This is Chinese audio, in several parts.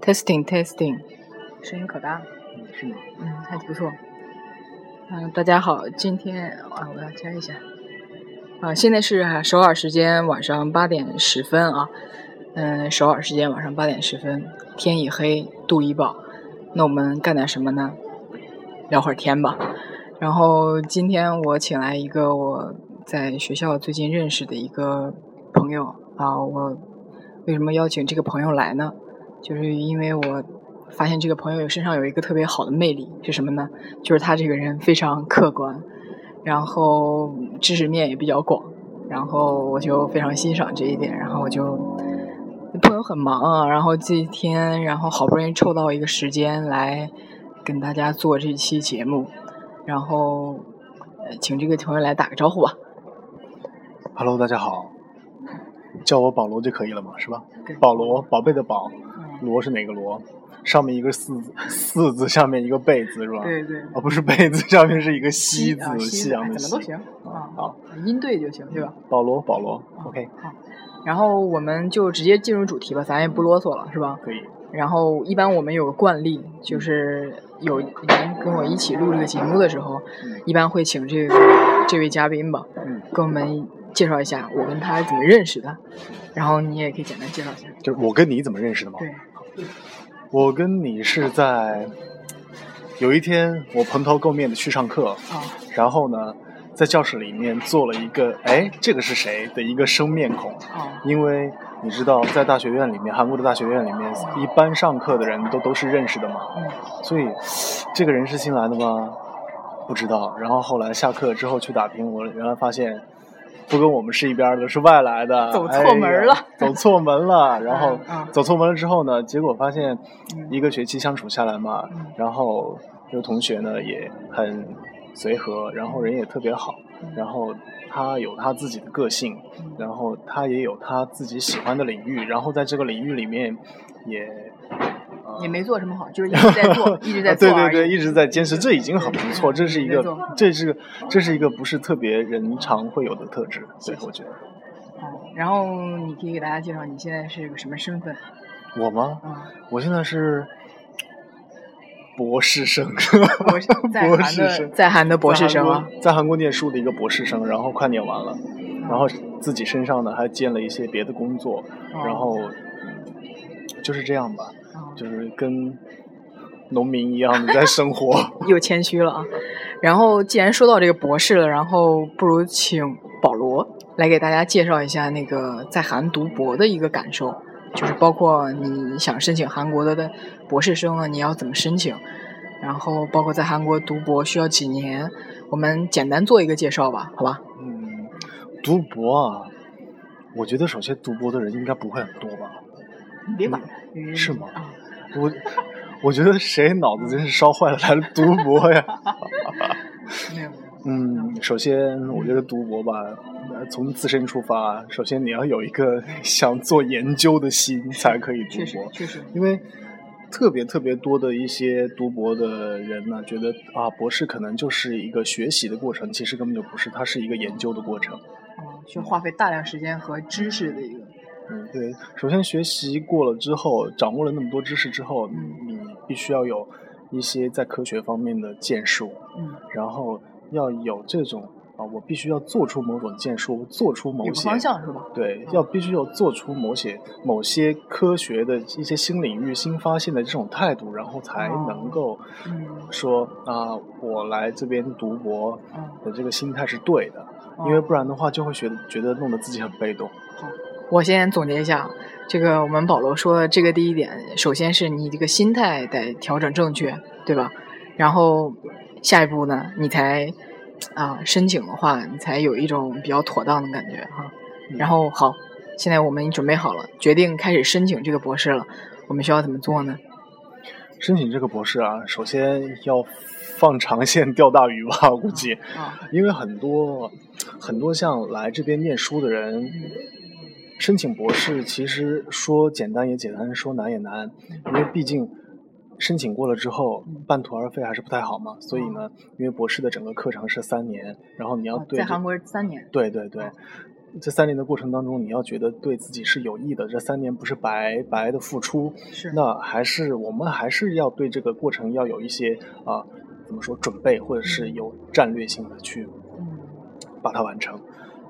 testing testing，声音可大了，是吗？嗯，还不错。嗯、大家好，今天啊，我要加一下啊，现在是首尔时间晚上八点十分啊，嗯，首尔时间晚上八点十分，天已黑，度已饱，那我们干点什么呢？聊会儿天吧。然后今天我请来一个我在学校最近认识的一个朋友啊，我为什么邀请这个朋友来呢？就是因为我发现这个朋友身上有一个特别好的魅力是什么呢？就是他这个人非常客观，然后知识面也比较广，然后我就非常欣赏这一点，然后我就。朋友很忙啊，然后这几天，然后好不容易抽到一个时间来跟大家做这期节目，然后呃，请这个朋友来打个招呼吧。 Hello，大家好，叫我保罗就可以了嘛，是吧对？保罗，宝贝的宝，嗯罗是哪个罗？上面一个四字，四字下面一个贝字是吧？对对，啊，不是贝字，下面是一个西字啊，夕西啊阳的怎么都西。行啊，好，音对就行，对吧？保罗，保罗，OK，哦然后我们就直接进入主题吧，咱也不啰嗦了，是吧？可以。然后一般我们有个惯例，就是有人跟我一起录这个节目的时候，嗯一般会请这个这位嘉宾吧，嗯，跟我们介绍一下我跟他怎么认识的，然后你也可以简单介绍一下。哦就是我跟你怎么认识的吗？对，我跟你是在有一天我蓬头垢面的去上课，啊，然后呢，在教室里面做了一个哎，这个是谁的一个生面孔。啊，因为你知道，在大学院里面，韩国的大学院里面，一般上课的人都都是认识的嘛，嗯，所以这个人是新来的吗？不知道。然后后来下课之后去打听，我原来发现不跟我们是一边儿的，是外来的，走错门儿了哎呀走错门了。然后 嗯走错门了之后呢，结果发现嗯一个学期相处下来嘛嗯，然后有同学呢也很随和，然后人也特别好，然后他有他自己的个性。嗯然后他也有他自己喜欢的领域，然后在这个领域里面也呃也没做什么好，就是一直在 做，一直在做对而对已。对，一直在坚持，这已经很不错，这是一没错个这是这是一个不是特别人常会有的特质，对我觉得嗯然后你可以给大家介绍你现在是个什么身份我吗？啊？我现在是博士 生，博士，在博韩士的生在韩的博士生在啊韩，国在韩国念书的一个博士生，然后快念完了，然然后自己身上呢还兼了一些别的工作，哦然后嗯就是这样吧。就是跟农民一样的在生活。又谦虚了啊。然后既然说到这个博士了，然后不如请保罗来给大家介绍一下那个呃在韩读博的一个感受，就是包括你想申请韩国的的博士生啊，你要怎么申请，然后包括在韩国读博需要几年，我们简单做一个介绍吧，好吧？嗯，读博啊，我觉得首先读博的人应该不会很多吧。别管是吗啊，我我觉得谁脑子真是烧坏了来读博呀？ 没有嗯，首先我觉得读博吧，呃从自身出发，首先你要有一个 想做研究的心才可以读确实博。确实，因为特别特别多的一些读博的人呢，觉得啊，博士可能就是一个学习的过程，其实根本就不是，它是一个研究的过程。嗯，需要花费大量时间和知识的一个，嗯，对，首先学习过了之后，掌握了那么多知识之后，嗯你必须要有一些在科学方面的建树，嗯，然后要有这种啊，我必须要做出某种建树，做出某有个些方向嗯是吧？对，要必须要做出某些某些科学的一些新领域、新发现的这种态度，然后才哦能够嗯说啊、我来这边读博嗯，的这个心态是对的，哦因为不然的话就会觉得觉得弄得自己很被动。我先总结一下，啊这个我们保罗说的这个第一点，首先是你这个心态得调整正确，对吧？然后下一步呢，你才啊申请的话，你才有一种比较妥当的感觉哈。嗯然后好，现在我们准备好了，决定开始申请这个博士了，我们需要怎么做呢？申请这个博士啊，首先要放长线钓大鱼吧，我估计，啊，因为很多很多像来这边念书的人嗯，申请博士其实说简单也简单，说难也难，因为毕竟申请过了之后嗯半途而废还是不太好嘛。所以呢，因为博士的整个课程是三年，然后你要啊对在这韩国是三年，对对对，这三年的过程当中，你要觉得对自己是有益的，这三年不是白白的付出，是那还是我们还是要对这个过程要有一些啊、怎么说准备，或者是有战略性的去嗯把它完成。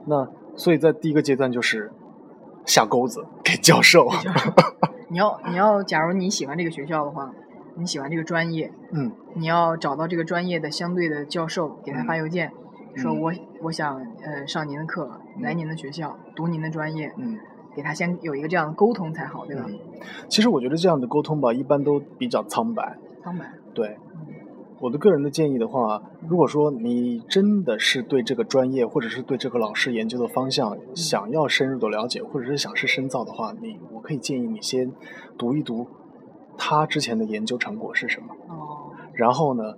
那所以在第一个阶段就是下钩子给教授，你要你要，假如你喜欢这个学校的话，你喜欢这个专业，嗯，你要找到这个专业的相对的教授，给他发嗯邮件，说嗯我我想呃上您的课，来嗯您的学校读您的专业，嗯，给他先有一个这样的沟通才好，对吧？嗯其实我觉得这样的沟通吧，一般都比较苍白。苍白，对嗯我的个人的建议的话，如果说你真的是对这个专业或者是对这个老师研究的方向想要深入的了解，或者是想是深造的话，你我可以建议你先读一读他之前的研究成果是什么。哦，然后呢，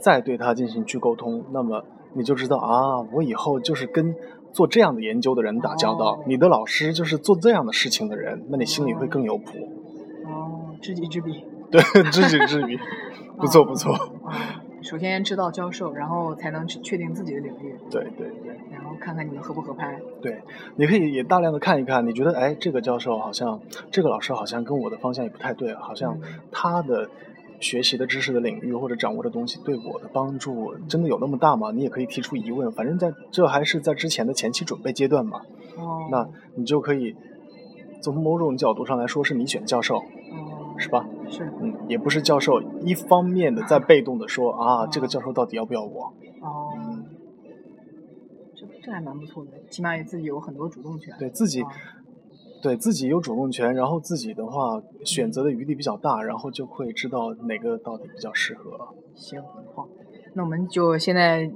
再对它进行去沟通，那么你就知道啊，我以后就是跟做这样的研究的人打交道，哦你的老师就是做这样的事情的人，那你心里会更有谱。 哦，知己知彼。对，知己知彼，不错不错。啊，首先知道教授，然后才能去确定自己的领域，对对对，然后看看你们合不合拍。你可以也大量的看一看，你觉得哎，这个教授好像，这个老师好像跟我的方向也不太对，好像嗯他的。学习的知识的领域或者掌握的东西对我的帮助真的有那么大吗？你也可以提出疑问，反正在这还是在之前的前期准备阶段嘛。哦，那你就可以从某种角度上来说，是你选教授，哦是吧？是嗯，也不是教授一方面的在被动的说啊，这个教授到底要不要我？哦，嗯，这这还蛮不错的，起码自己有很多主动权。对自己啊，对自己有主动权，然后自己的话选择的余地比较大，然后就会知道哪个到底比较适合。行好，那我们就现在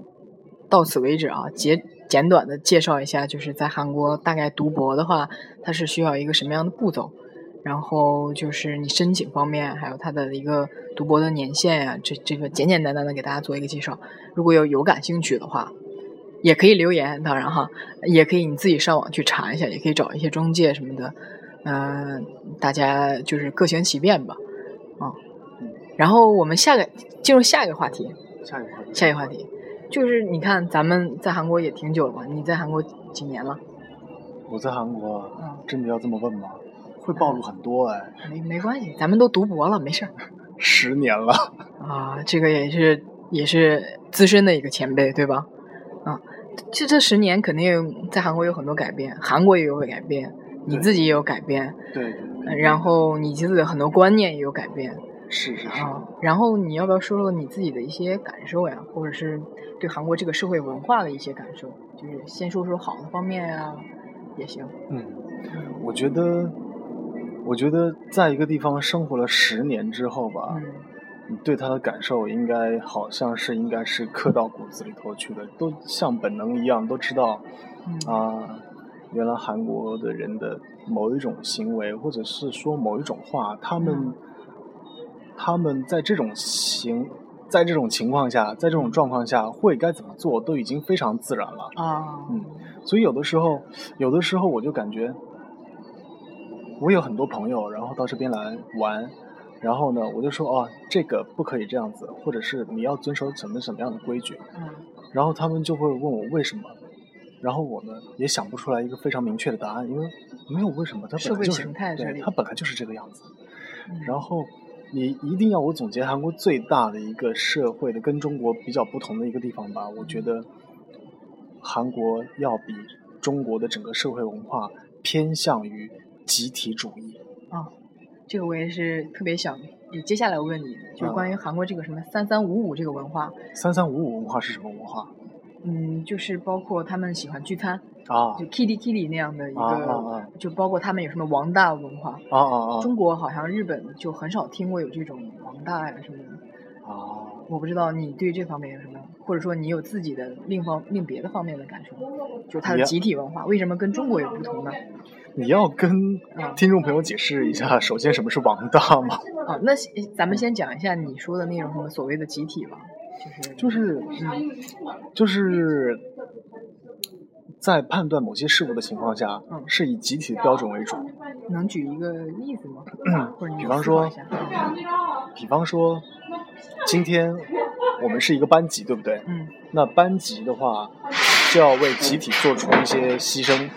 到此为止啊，简简短的介绍一下，就是在韩国大概读博的话，它是需要一个什么样的步骤，然后就是你申请方面，还有它的一个读博的年限呀、这这个简简单单的给大家做一个介绍。如果有有感兴趣的话，也可以留言，当然哈，也可以你自己上网去查一下，也可以找一些中介什么的，嗯、大家就是各行其变吧，啊、嗯然后我们下个进入下一个话题，下一个话题，下一个话题就是你看咱们在韩国也挺久了吧？你在韩国几年了？我在韩国啊，嗯，真的要这么问吗？会暴露很多哎，没没关系，咱们都读博了，没事儿十年了，啊。这个也是也是资深的一个前辈，对吧？啊，这这十年肯定在韩国有很多改变，韩国也有改变，你对嗯自己也有改变，对，呃然后你自己的很多观念也有改变是是是，啊。然后你要不要说说你自己的一些感受呀，或者是对韩国这个社会文化的一些感受？就是先说说好的方面呀、也行。嗯。我觉得，我觉得在一个地方生活了十年之后吧，嗯你对他的感受应该好像是应该是刻到骨子里头去的，都像本能一样，都知道嗯啊，原来韩国的人的某一种行为，或者是说某一种话，他们、嗯他们在这种行。在这种情况下，在这种状况下，会该怎么做都已经非常自然了。啊，嗯所以有的时候，有的时候我就感觉，我有很多朋友，然后到这边来玩，然后呢，我就说哦，这个不可以这样子，或者是你要遵守什么什么样的规矩，嗯然后他们就会问我为什么，然后我呢也想不出来一个非常明确的答案，因为没有为什么，它社本会来就是形态这对里，它本来就是这个样子。嗯然后你一定要我总结韩国最大的一个社会的跟中国比较不同的一个地方吧，我觉得韩国要比中国的整个社会文化偏向于集体主义。哦这个我也是特别想，也接下来问你，就是关于嗯韩国这个什么三三五五这个文化，三三五五文化是什么文化嗯，就是包括他们喜欢聚餐，啊？就 kitty kitty 那样的一啊啊个啊，就包括他们有什么王大文化，啊啊中国好像日本就很少听过有这种王大呀什么的，啊啊！我不知道你对这方面有什么，或者说你有自己的另方另别的方面的感受，就是它的也集体文化为什么跟中国有不同呢？你要跟啊听众朋友解释一下，首先什么是王大吗？啊，那先咱们先讲一下你说的那种什么所谓的集体吧，就是就是就是在判断某些事物的情况下嗯，是以集体的标准为主。能举一个例子 吗？或者你比方思考一说下比方说，今天我们是一个班级，对不对？嗯那班级的话，就要为集体做出一些牺牲，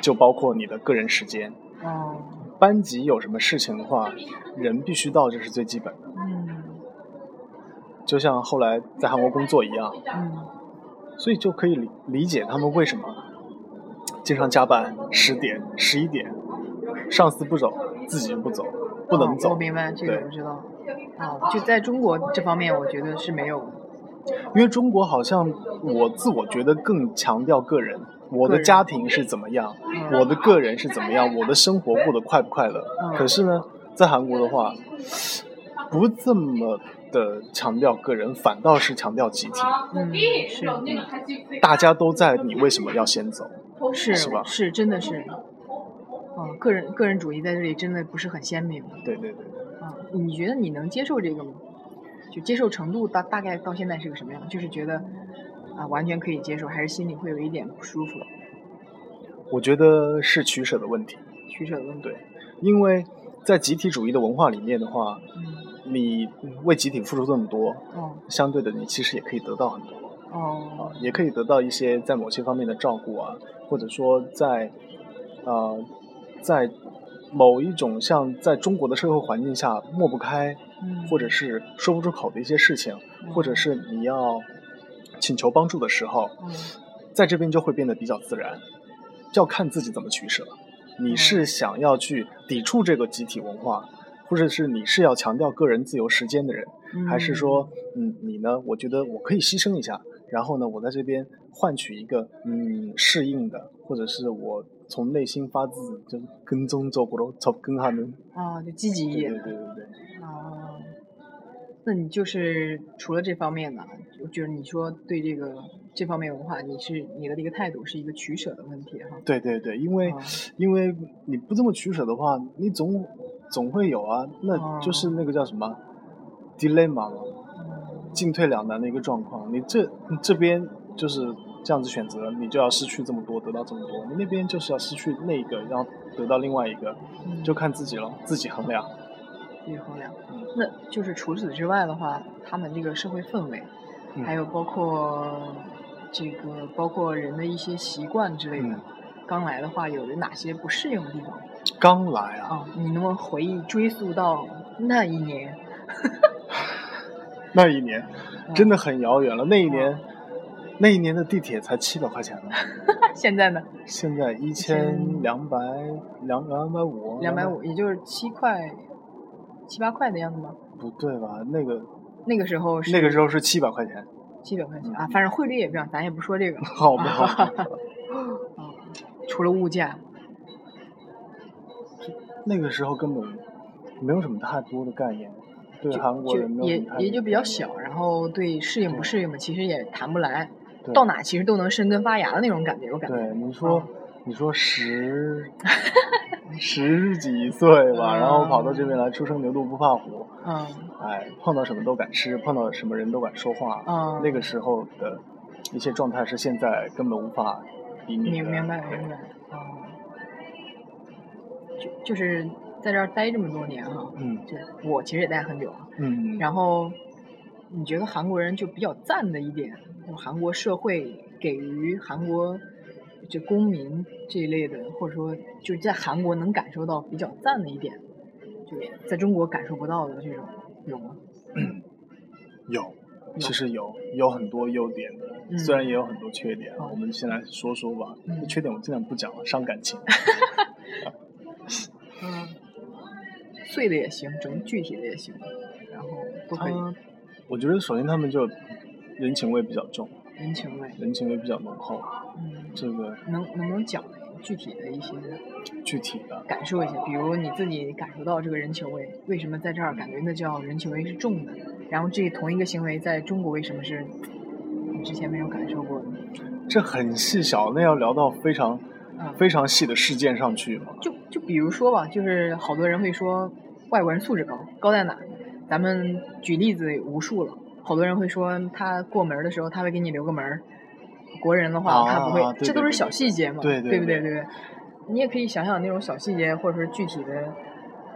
就包括你的个人时间。嗯哦，班级有什么事情的话，人必须到，这是最基本的。嗯就像后来在韩国工作一样，嗯所以就可以理理解他们为什么经常加班，十点、十一点，上司不走，自己就不走，不能哦我走，明白这个，对我知道。哦，就在中国这方面，我觉得是没有。因为中国好像我自我觉得更强调个人，我个的人家庭是怎么样，我的个人是怎么样，我的生活过得快不快乐。嗯可是呢，在韩国的话，不这么的强调个人，反倒是强调集体，嗯，是大家都在，你为什么要先走？是是吧是，真的是。哦，个人个人主义在这里真的不是很鲜明。对对对，啊，你觉得你能接受这个吗？就接受程度大大概到现在是个什么样？就是觉得啊，完全可以接受，还是心里会有一点不舒服？我觉得是取舍的问题，取舍的问题。对因为在集体主义的文化里面的话，嗯，你为集体付出这么多，哦相对的你其实也可以得到很多。啊哦，也可以得到一些在某些方面的照顾啊，或者说在呃在某一种像在中国的社会环境下抹不开，嗯，或者是说不出口的一些事情，或者是你要请求帮助的时候，嗯在这边就会变得比较自然，要看自己怎么取舍。你是想要去抵触这个集体文化，或者是你是要强调个人自由时间的人，嗯还是说，嗯，你呢？我觉得我可以牺牲一下，然后呢，我在这边换取一个嗯适应的，或者是我从内心发自就是跟踪走过走跟哈们，啊，就积极一对对点对对对，哦，那你就是除了这方面呢，就就是你说对这个这方面文化，你是你的一个态度是一个取舍的问题哈。对对对，因为、哦因为你不这么取舍的话，你总总会有啊，那哦就是那个叫什么、dilemma 嘛，嗯进退两难的一个状况。你这你这边就是这样子选择，你就要失去这么多，得到这么多；你那边就是要失去那个，然后得到另外一个，嗯就看自己了，自己衡量。去衡量。那就是除此之外的话，他们这个社会氛围，嗯还有包括这个包括人的一些习惯之类的，嗯刚来的话有的哪些不适应的地方刚来啊，啊？你能不能回忆追溯到那一年？ 那一年真的，的很遥远了。那一年，嗯那一年的地铁才七百块钱呢， 现在呢？现在一千两百两两百五，啊两百五，也就是七块、七八块的样子吗？不对吧？那个那个时候是那个时候是七百块钱，七百块钱啊，反正汇率也不一样，咱也不说这个。好不好？ 除了物价，那个时候根本没有什么太多的概念，对就韩国人就没有也什么太也多就的比较概念小，然后对适应不适应的其实也谈不来，对到哪嗯其实都能生根发芽的那种感觉，我感觉。对，你说，你说十十几岁吧，然后跑到这边来，初生牛犊不怕虎，嗯哎，碰到什么都敢吃，碰到什么人都敢说话。嗯，那个时候的一些状态是现在根本无法比拟明的。明白对明白。哦，就就是在这儿待这么多年哈，嗯对我其实也待很久了。嗯，然后你觉得韩国人就比较赞的一点，就韩国社会给予韩国就公民这一类的，或者说就是在韩国能感受到比较赞的一点，就是在中国感受不到的这种有吗？有，有其实有有很多优点的，嗯虽然也有很多缺点。哦我们先来说说吧，嗯这缺点我尽量不讲了，伤感情。嗯，碎的也行，整具体的也行，然后都可以，他我觉得首先他们就人情味比较重，人情味。人情味比较浓厚。嗯，这个能能不能讲具体的一些具体的，感受一下？比如你自己感受到这个人情味，为什么在这儿感觉那叫人情味是重的？然后这同一个行为在中国为什么是你之前没有感受过的？这很细小，那要聊到非常啊，非常细的事件上去了。就就比如说吧，就是好多人会说外国人素质高，高在哪？咱们举例子无数了，好多人会说他过门儿的时候他会给你留个门儿，国人的话、啊他不会，啊对这都对是对小对细节嘛，对对不对对对，你也可以想想那种小细节，或者说具体的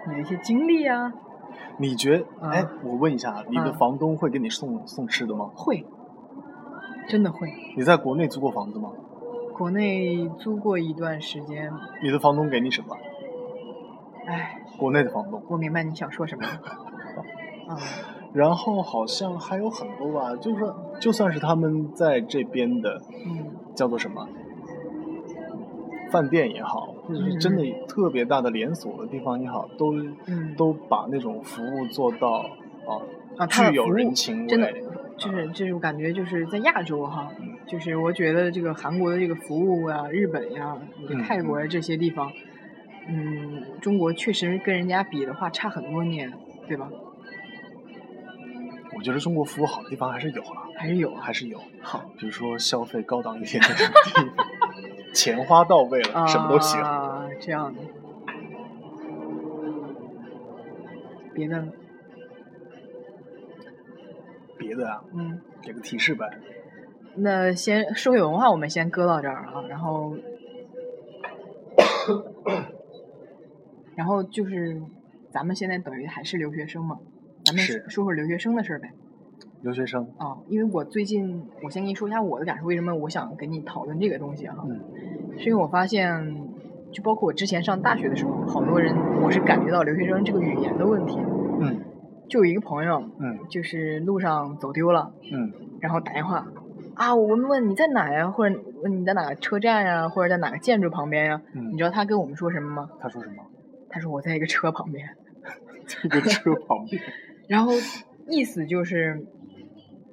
你的一些经历啊，你觉，哎啊，我问一下，你的啊房东会给你送送吃的吗？会真的会。你在国内租过房子吗？国内租过一段时间，你的房东给你什么？哎，国内的房东。我明白你想说什 么了。嗯，然后好像还有很多吧，就算就算是他们在这边的，嗯，叫做什么，饭店也好，或者是真的特别大的连锁的地方也好，都、嗯都把那种服务做到啊啊，他的具有服务人啊情味，真的就是这种感觉，就是在亚洲哈，就是我觉得这个韩国的这个服务啊，日本呀、嗯泰国呀这些地方，嗯，中国确实跟人家比的话差很多年，对吧？我觉得中国服务好的地方还是有了，还是有啊，还是有，好，比如说消费高档一点的地方，钱花到位 了，什么都行。啊，这样的。别的呢，别的啊，嗯，给个提示呗。那先社会文化我们先搁到这儿啊，然后，然后就是咱们现在等于还是留学生嘛，咱们是说说留学生的事儿呗。留学生，啊，因为我最近，我先跟你说一下我的感受，为什么我想跟你讨论这个东西哈、嗯是因为我发现，就包括我之前上大学的时候，好多人我是感觉到留学生这个语言的问题。嗯就有一个朋友，嗯就是路上走丢了，嗯然后打电话啊，我问问你在哪呀，或者问你在哪个车站呀，或者在哪个建筑旁边呀？你嗯，知道他跟我们说什么吗？他说什么？他说我在一个车旁边， 这个车旁边，然后意思就是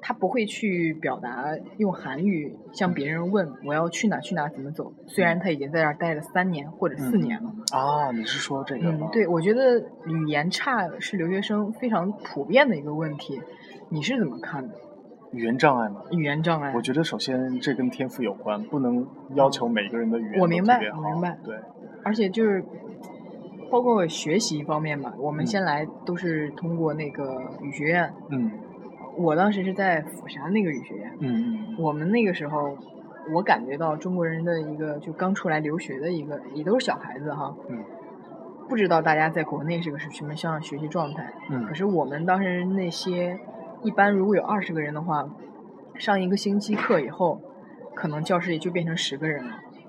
他不会去表达用韩语向别人问我要去哪去哪怎么走，虽然他已经在这儿待了三年或者四年了。 啊，你是说这个嗯吗？，对，我觉得语言差是留学生非常普遍的一个问题，你是怎么看的？语言障碍吗？语言障碍啊我？觉得首先这跟天赋有关，不能要求每个人的语言我都明特白别我好明白对，而且就是包括学习方面吧，我们嗯先来都是通过那个语学院，嗯我当时是在釜山那个语学院，嗯嗯我们那个时候。我感觉到中国人的一个就刚出来留学的一个，也都是小孩子哈，嗯不知道大家在国内是个什么样的学习状态。嗯可是我们当时那些一般如果有二十个人的话，上一个星期课以后，可能教室也就变成十个人了。嗯，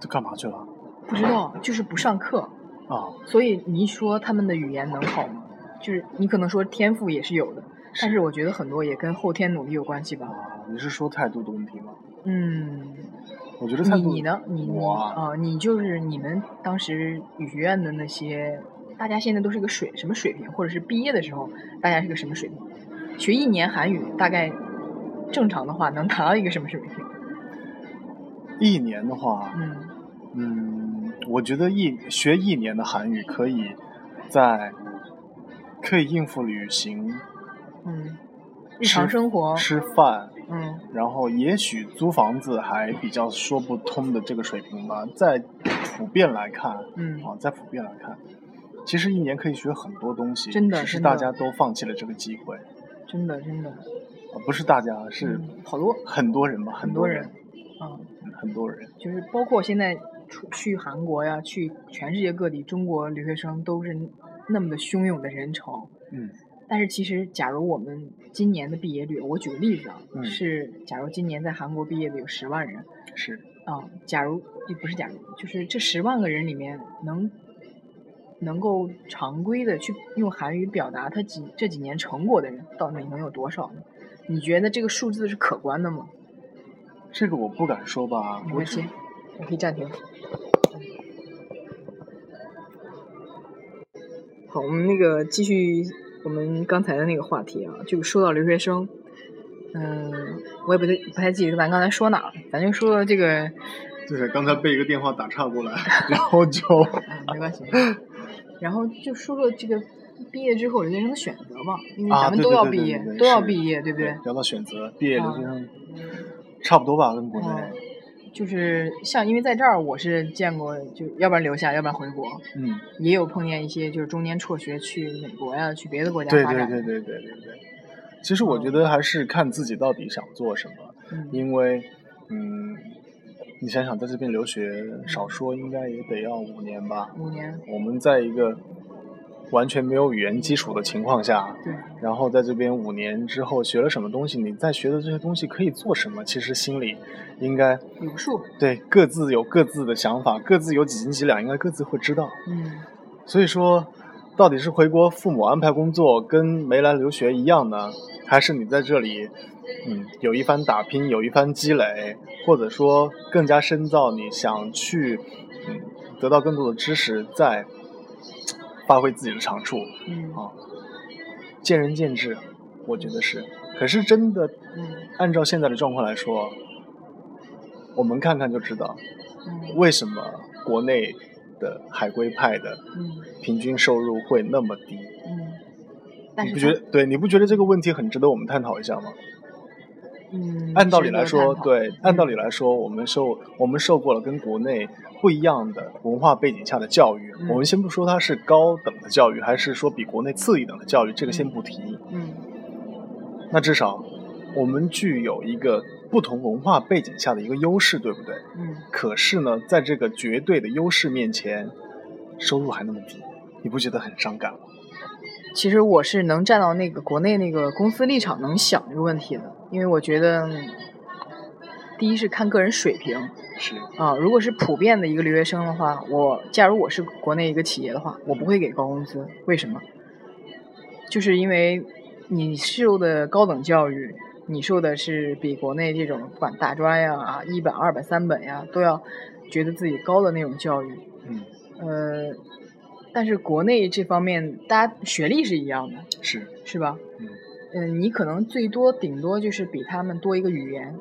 这干嘛去了？不知道，就是不上课。啊，所以你说他们的语言能好吗？就是你可能说天赋也是有的，但是我觉得很多也跟后天努力有关系吧。啊，你是说态度的问题吗？嗯，我觉得态你度，你呢？你你我啊啊、你就是你们当时语学院的那些，大家现在都是个水什么水平，或者是毕业的时候大家是个什么水平？学一年韩语大概正常的话能达到一个什么水平？一年的话，嗯嗯，我觉得一学一年的韩语可以在可以应付旅行、嗯，日常吃生活，吃饭，嗯然后也许租房子还比较说不通的这个水平吧。在普遍来看，嗯啊，在普遍来看，其实一年可以学很多东西，真的只是真大的家都放弃了这个机会，啊真的真的不是大家，是嗯好多很多人吧，很很多人人，啊。嗯很多人，就是包括现在出去韩国呀，去全世界各地，中国留学生都是那么的汹涌的人潮。嗯但是其实，假如我们今年的毕业率，我举个例子啊，嗯是假如今年在韩国毕业的有十万人是，啊，假如也不是假如，就是这十万个人里面能能够常规的去用韩语表达他几这几年成果的人，到底能有多少呢？你觉得这个数字是可观的吗？这个我不敢说吧没，我关只系，我可以暂停。好，我们那个继续我们刚才的那个话题啊，就说到留学生，嗯，我也不太不太记得咱刚才说哪了，咱就说这个，就是刚才被一个电话打岔过来， 然后就啊，没关系，然后就说说这个毕业之后留学生的选择吧，因为啊咱们对都对要对毕对业对，都要是毕业，对不对？聊到选择，毕业留啊学生差不多吧，跟国嗯内，就是像因为在这儿我是见过，就要不然留下，要不然回国，嗯，也有碰见一些就是中间辍学去美国呀，去别的国家对发对展。对对对对对。其实我觉得还是看自己到底想做什么，嗯因为，嗯，你想想，在这边留学，少说应该也得要五年吧。五年，我们在一个完全没有语言基础的情况下，对，然后在这边五年之后学了什么东西，你在学的这些东西可以做什么，其实心里应该有数，对各自有各自的想法，各自有几斤几两，应该各自会知道。嗯，所以说，到底是回国父母安排工作跟没来留学一样呢，还是你在这里，嗯，有一番打拼，有一番积累，或者说更加深造你想去，嗯，得到更多的知识，再发挥自己的长处，嗯，啊见仁见智，我觉得是。可是真的嗯，按照现在的状况来说，我们看看就知道，嗯，为什么国内的海归派的嗯，平均收入会那么低？嗯，但是你不觉它得？对，你不觉得这个问题很值得我们探讨一下吗？嗯，按道理值得来说，探讨，嗯对，按道理来说，我们受我们受过了跟国内不一样的文化背景下的教育。嗯我们先不说它是高等的教育，还是说比国内次一等的教育，这个先嗯不提。嗯，那至少我们具有一个不同文化背景下的一个优势，对不对？嗯，可是呢，在这个绝对的优势面前，收入还那么低，你不觉得很伤感吗？其实我是能站到那个国内那个公司立场能想这个问题的，因为我觉得，嗯第一是看个人水平，是，啊，如果是普遍的一个留学生的话，我假如我是国内一个企业的话，我不会给高工资，为什么？就是因为你受的高等教育，你受的是比国内这种不管大专呀、啊一本、二本、三本呀，都要觉得自己高的那种教育，嗯，呃，但是国内这方面大家学历是一样的，是，是吧？嗯嗯，你可能最多顶多就是比他们多一个语言。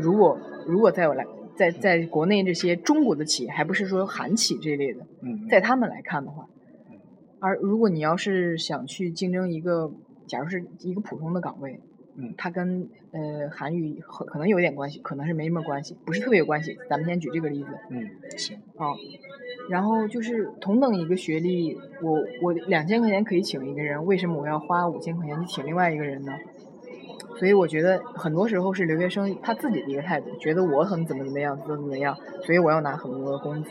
如果如果在我来，在在国内这些中国的企业，还不是说韩企这类的，嗯，在他们来看的话，而如果你要是想去竞争一个，假如是一个普通的岗位，嗯它跟呃韩语可可能有点关系，可能是没什么关系，不是特别有关系。咱们先举这个例子，嗯，行，啊，然后就是同等一个学历，我我两千块钱可以请一个人，为什么我要花五千块钱去请另外一个人呢？所以我觉得很多时候是留学生他自己的一个态度，觉得我很怎么怎么样，怎么怎么样，所以我要拿很多的工资。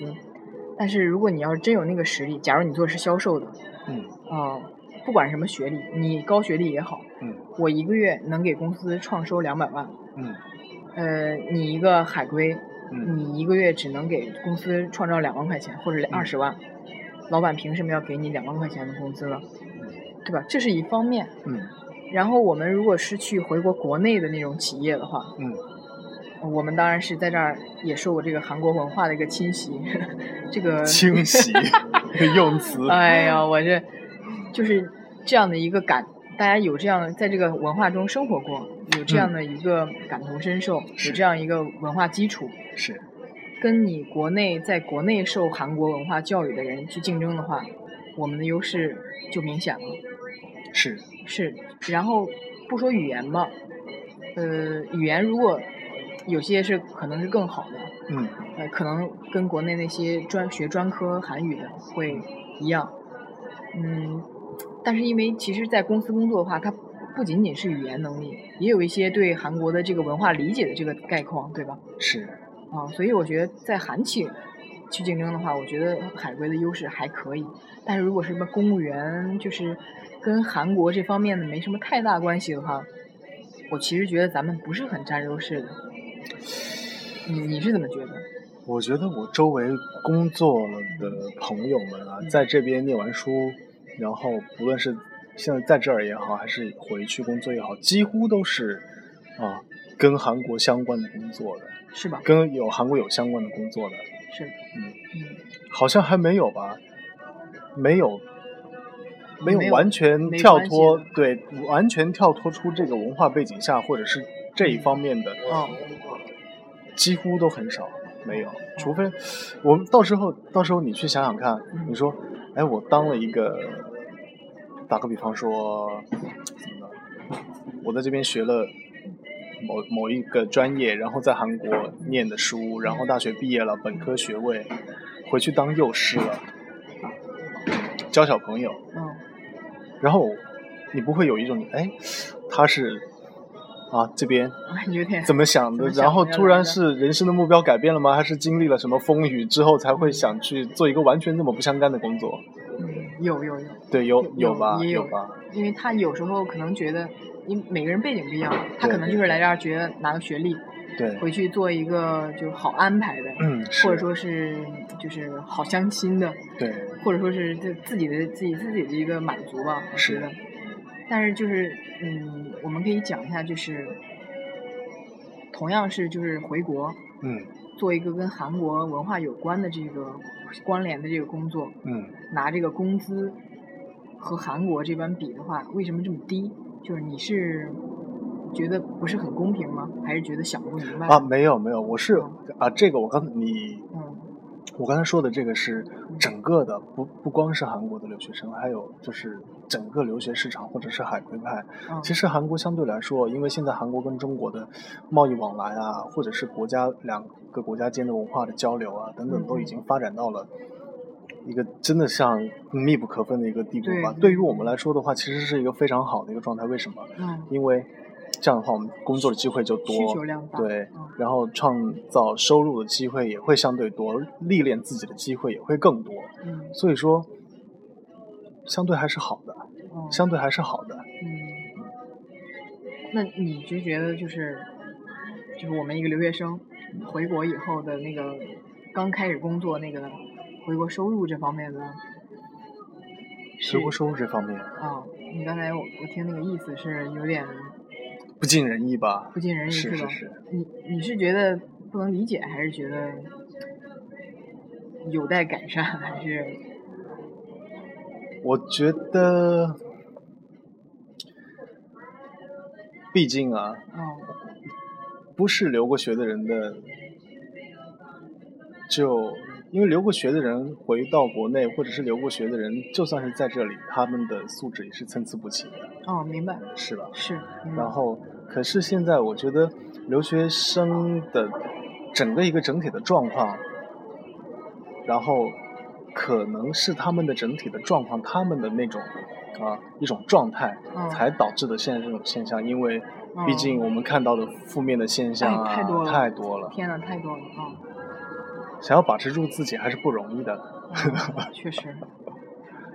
但是如果你要是真有那个实力，假如你做的是销售的，嗯啊、不管什么学历，你高学历也好，嗯我一个月能给公司创收两百万，嗯呃，你一个海归嗯你一个月只能给公司创造两万块钱或者二十万，老板凭什么要给你两万块钱的工资呢？对吧？这是一方面。嗯然后我们如果是去回国国内的那种企业的话，嗯我们当然是在这儿也受过这个韩国文化的一个侵袭， 这个 嗯，清洗用词，哎呀，我这就是这样的一个感，大家有这样在这个文化中生活过，有这样的一个感同身受，有是这样一个文化基础，是，跟你国内在国内受韩国文化教育的人去竞争的话，我们的优势就明显了。是，是，然后不说语言吧，呃，语言如果有些是可能是更好的，嗯呃，可能跟国内那些专学专科韩语的会一样，嗯，但是因为其实，在公司工作的话，它不仅仅是语言能力，也有一些对韩国的这个文化理解的这个概况，对吧？是，啊，所以我觉得在韩企去竞争的话，我觉得海归的优势还可以。但是如果是什么公务员，就是跟韩国这方面的没什么太大关系的话，我其实觉得咱们不是很占优势的。你你是怎么觉得？我觉得我周围工作了的朋友们啊嗯，在这边念完书，然后不论是现在在这儿也好，还是回去工作也好，几乎都是啊跟韩国相关的工作的，是吧？跟有韩国有相关的工作的，是，嗯嗯，好像还没有吧？没有，没有没有完全没跳关系脱的，对，完全跳脱出这个文化背景下，或者是这一方面的，哦，几乎都很少，没有。除非我们到时候，到时候你去想想看嗯，你说，哎，我当了一个，打个比方说，怎么呢？我在这边学了。某某一个专业，然后在韩国念的书，然后大学毕业了，本科学位，回去当幼师了，教小朋友，嗯， 然后你不会有一种哎，他是啊这边我有点怎么想哎怎的？么想然后的突然是人生的目标改变了吗？还是经历了什么风雨之后才会想去做一个完全这么不相干的工作？嗯有有有，对，有有吧，也有有吧，因为他有时候可能觉得，因为每个人背景不一样，他对可能对就是对来这儿觉得拿个学历，对，回去做一个就是好安排的，嗯，是或者说是就是好相亲的，对，或者说是这自己的自己自己的一个满足吧，我觉是得。但是就是嗯，我们可以讲一下，就是同样是就是回国嗯做一个跟韩国文化有关的这个关联的这个工作，嗯拿这个工资和韩国这边比的话，为什么这么低？就是你是觉得不是很公平吗？还是觉得想不明白？啊，没有没有，我是啊，这个我刚你嗯我刚才说的这个是整个的，不不光是韩国的留学生，还有就是整个留学市场或者是海归派。嗯，其实韩国相对来说，因为现在韩国跟中国的贸易往来啊，或者是国家两个国家间的文化的交流啊等嗯等，嗯都已经发展到了一个真的像密不可分的一个地步吧。对对于我们来说的话，其实是一个非常好的一个状态。为什么？嗯，因为这样的话，我们工作的机会就多，需求量大，对嗯，然后创造收入的机会也会相对多，历练自己的机会也会更多。嗯所以说，相对还是好的，嗯相对还是好的。嗯，那你就觉得就是就是我们一个留学生回国以后的那个刚开始工作那个回国收入这方面呢？是回国收入这方面啊、你刚才我我听那个意思是有点不尽人意吧？不尽人意，是吧是？是，你你是觉得不能理解，还是觉得有待改善，还是我觉得，毕竟啊，嗯不是留过学的人的，就因为留过学的人回到国内，或者是留过学的人，就算是在这里，他们的素质也是参差不齐的，哦明白是吧？是，明白然后，可是现在我觉得留学生的整个一个整体的状况，然后可能是他们的整体的状况，他们的那种啊一种状态，嗯才导致的现在这种现象。因为毕嗯竟我们看到的负面的现象啊、哎太多了太多了，天呐，太多了啊。想要把持住自己还是不容易的，嗯确实，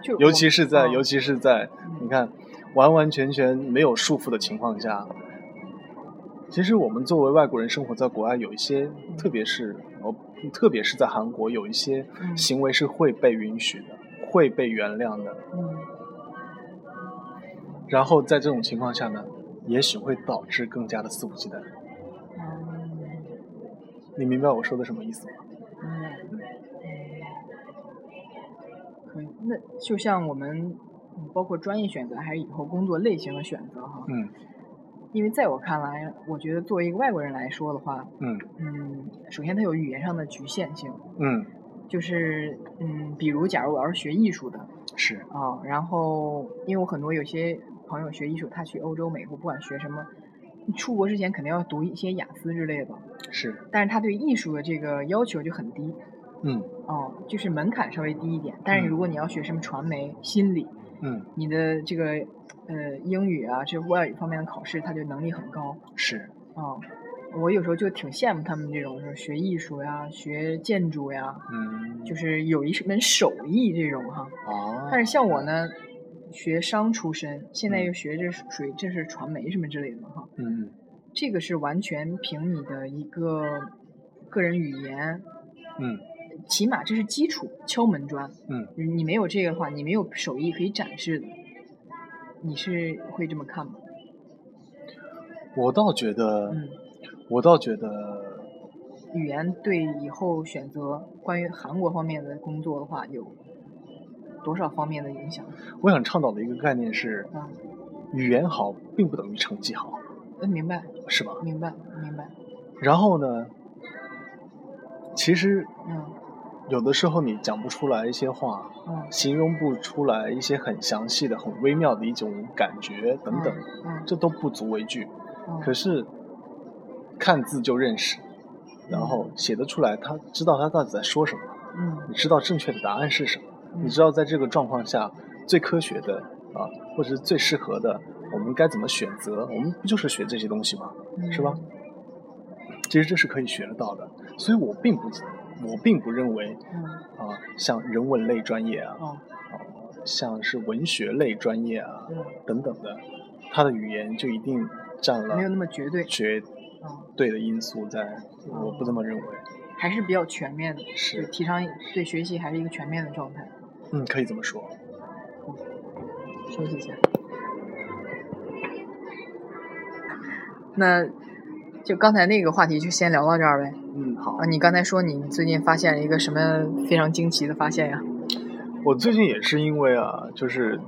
就尤我其是在、嗯尤其是在你看完完全全没有束缚的情况下，其实我们作为外国人生活在国外，有一些，特别是哦，特别是在韩国，有一些嗯行为是会被允许的，会被原谅的。嗯然后在这种情况下呢，也许会导致更加的肆无忌惮。嗯你明白我说的什么意思吗？嗯，可以。嗯那就像我们嗯包括专业选择，还是以后工作类型的选择哈。嗯因为在我看来，我觉得作为一个外国人来说的话，嗯嗯，首先它有语言上的局限性，嗯，就是嗯，比如假如我要是学艺术的是啊、然后因为我很多有些朋友学艺术，他去欧洲、美国，不管学什么，你出国之前肯定要读一些雅思之类的，是，但是他对艺术的这个要求就很低嗯哦，就是门槛稍微低一点。但是嗯如果你要学什么传媒、心理，嗯你的这个呃英语啊，这外语方面的考试，他就能力很高是，哦。我有时候就挺羡慕他们这种，就是学艺术呀、学建筑呀，嗯就是有一门手艺这种哈。啊。但是像我，呢，学商出身，现在嗯又学这属于这是传媒什么之类的哈。嗯这个是完全凭你的一个个人语言，嗯起码这是基础敲门砖。嗯，你没有这个的话，你没有手艺可以展示的，你是会这么看吗？我倒觉得，嗯，我倒觉得语言对以后选择关于韩国方面的工作的话，有多少方面的影响？我想倡导的一个概念是，啊，语言好并不等于成绩好，嗯，明白，是吧？明白，明白，然后呢，其实嗯有的时候你讲不出来一些话，嗯形容不出来一些很详细的、很微妙的一种感觉等等，嗯这都不足为惧。嗯，可是看字就认识，然后写得出来，他知道他到底在说什么，嗯你知道正确的答案是什么。嗯，你知道在这个状况下最科学的啊，或者是最适合的，我们该怎么选择？我们不就是学这些东西吗？嗯是吧其实这是可以学得到的，所以我并不，我并不认为嗯？嗯，啊，像人文类专业啊，哦，啊像是文学类专业啊嗯，等等的，他的语言就一定占了没有那么绝对，绝嗯，对的因素在，我不这么认为。，还是比较全面的，就是提倡对学习还是一个全面的状态。嗯，可以这么说。休息一下。那就刚才那个话题就先聊到这儿呗。嗯，好啊，。你刚才说你最近发现了一个什么非常惊奇的发现呀？我最近也是因为啊，就是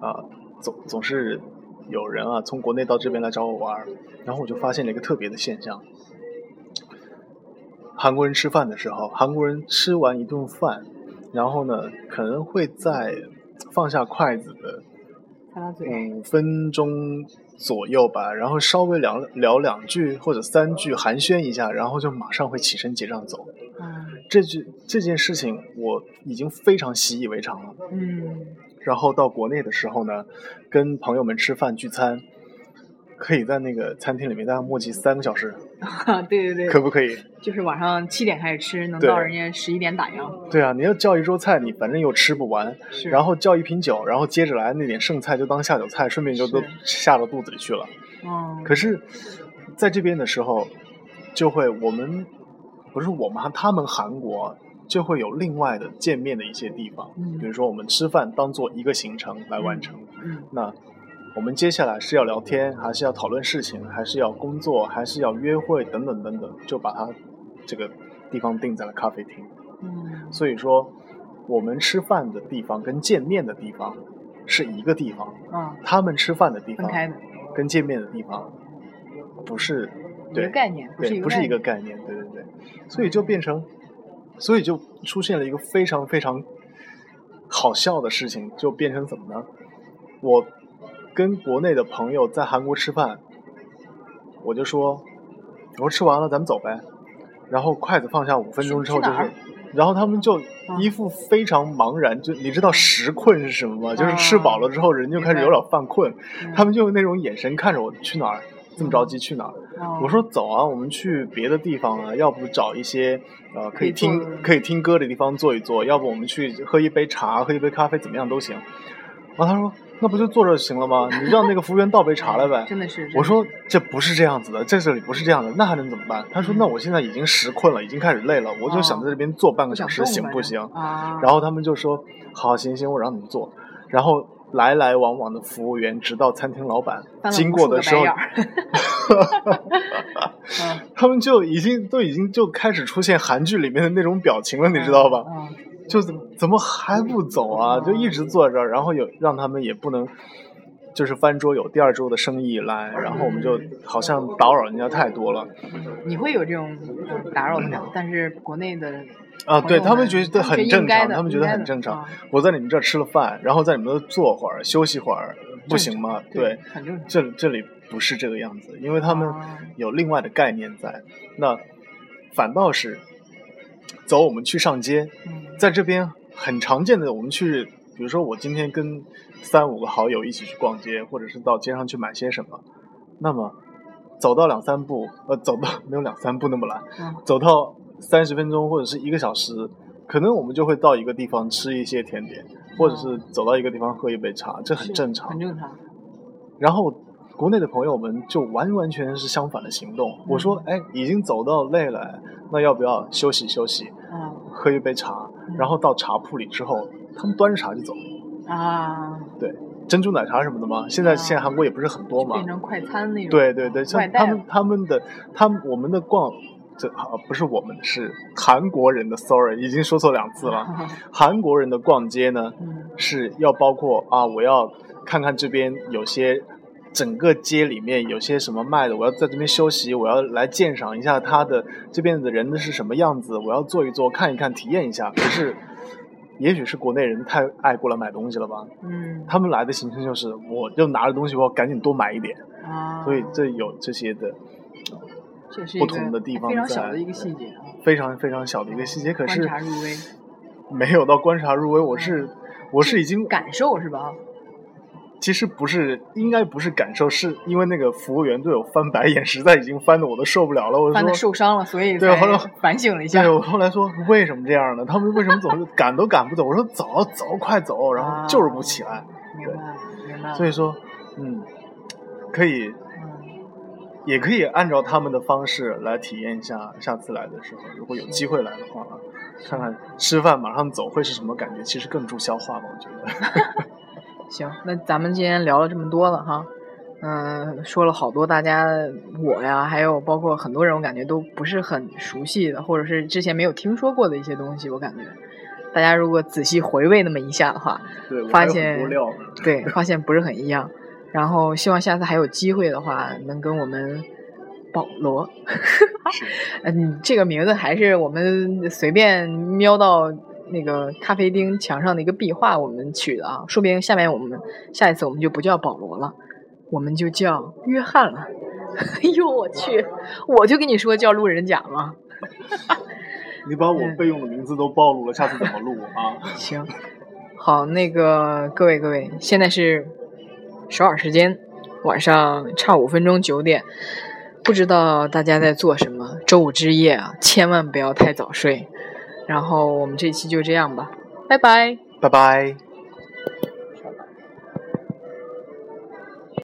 啊，总总是有人啊从国内到这边来找我玩儿，然后我就发现了一个特别的现象：韩国人吃饭的时候，韩国人吃完一顿饭，然后呢，可能会在放下筷子的擦擦嘴五分钟左右吧，然后稍微聊聊两句或者三句寒暄一下，然后就马上会起身结账走。啊，这句这件事情我已经非常习以为常了。嗯， 然后到国内的时候呢，跟朋友们吃饭聚餐，可以在那个餐厅里面大概磨叽三个小时，对对可对，不可以？就是晚上七点开始吃，能对到人家十一点打烊。对啊，你要叫一桌菜，你反正又吃不完，是，然后叫一瓶酒，然后接着来那点剩菜就当下酒菜，顺便就都是下到肚子里去了。嗯，可是，在这边的时候，就会我们不是我们哈，他们韩国就会有另外的见面的一些地方，嗯比如说我们吃饭当做一个行程来完成。嗯那我们接下来是要聊天，还是要讨论事情，还是要工作，还是要约会等等等等，就把它这个地方定在了咖啡厅。嗯，所以说，我们吃饭的地方跟见面的地方是一个地方，啊，他们吃饭的地分方开的，跟见面的地方不是一对个概念，对，不是是一个概念，对对对，所以就变成，所以就出现了一个非常非常好笑的事情，就变成怎么呢？我跟国内的朋友在韩国吃饭，我就说，我说吃完了咱们走呗，然后筷子放下五分钟之后就去哪是儿。啊然后他们就一副非常茫然，就你知道食困是什么吗？就是吃饱了之后，人就开始有点犯困，啊嗯他们就用那种眼神看着我，去哪儿？这么着急去哪儿？哦我说走啊，我们去别的地方啊，要不找一些呃可可以以坐听可以听歌的地方坐一坐，要不我们去喝一杯茶、喝一杯咖啡，怎么样都行。然后他说那不就坐这儿行了吗？你让那个服务员倒杯茶 来呗。真的是，我说这不是这样子的，在这里不是这样的，那还能怎么办？他说嗯那我现在已经食困了，已经开始累了，我就想在这边坐半个不想小时，动行吧不这行？啊，然后他们就说好，行行，我让你们坐。然后来来往往的服务员，直到餐厅老板翻了经无过数的个时白候眼， 儿嗯他们就已经都已经就开始出现韩剧里面的那种表情了，你知道吧？嗯就怎怎么还不走啊？就一直坐这儿，然后有让他们也不能，就是翻桌有第二桌的生意来，然后我们就好像打扰人家太多了嗯你会有这种呃打扰的感觉，但是国内的啊！对朋友他们们觉得很正应该常，的他们觉得很正。应该常。的啊我在你们这儿吃了饭，然后在你们这儿坐会儿休息会儿，不行吗？对，，很嗯正常。这这里不是这个样子，因为他们啊有另外的概念在。那反倒是走，我们去上街，嗯在这边很常见的，我们去，比如说我今天跟三五个好友一起去逛街，或者是到街上去买些什么，那么走到两三步，呃，走到没有两三步那么懒，嗯走到三十分钟或者是一个小时，可能我们就会到一个地方吃一些甜点，或者是走到一个地方喝一杯茶， 这很是正常很。正常。然后国内的朋友们就完完全全是相反的行动。我说，哎，已经走到累了，那要不要休息休息，嗯喝一杯茶？然后到茶铺里之后，他们端着茶就走，啊，珍珠奶茶什么的嘛。现在啊现在韩国也不是很多就嘛变，成快餐那种。对对对，外像带他们他们的他们我们的逛。这啊不是我们，是韩国人的。Sorry，已经说错两次了。了。韩国人的逛街呢， 嗯是要包括啊，我要看看这边有些整个街里面有些什么卖的，我要在这边休息，我要来鉴赏一下它的这边的人是什么样子，我要坐一坐看一看，体验一下。可是，也许是国内人太爱过来买东西了吧，嗯他们来的行程就是，我就拿着东西，我要赶紧多买一点。啊，所以这有这些的这是一不个同的地方非常在小的一个细节啊，非常非常小的一个细节，可观是察入微，没有到观察入微，我是我是已经感受是吧？其实不是，应该不是感受，是因为那个服务员对我翻白眼，实在已经翻的我都受不了了。我翻的说，受伤了，所以对才后来反省了一下对，。我后来说为什么这样呢？他们为什么总是赶都赶不走？我说走走，快走，然啊后就是不起来。明白了，明白了。所以说，嗯，可以，嗯，也可以按照他们的方式来体验一下。下次来的时候，如果有机会来的话，啊看看吃饭马上走会是什么感觉，其实更助消化吧，我觉得。行，那咱们今天聊了这么多了哈，嗯、说了好多大家我呀，还有包括很多人，我感觉都不是很熟悉的，或者是之前没有听说过的一些东西，我感觉。大家如果仔细回味那么一下的话，对，我发还有现很多料呢。对，发现不是很一样。然后希望下次还有机会的话，能跟我们保罗，是 嗯，这个名字还是我们随便瞄到那个咖啡厅墙上的一个壁画我们取的啊，说不定下面我们下一次我们就不叫保罗了，我们就叫约翰了。 哎呦我去，我就跟你说叫路人甲嘛。你把我嗯备用的名字都暴露了，下次怎么录啊？行，好，那个各位各位，现在是首尔时间，晚上差五分钟九点。不知道大家在做什么？周五之夜啊，千万不要太早睡。然后我们这期就这样吧，拜拜。拜拜。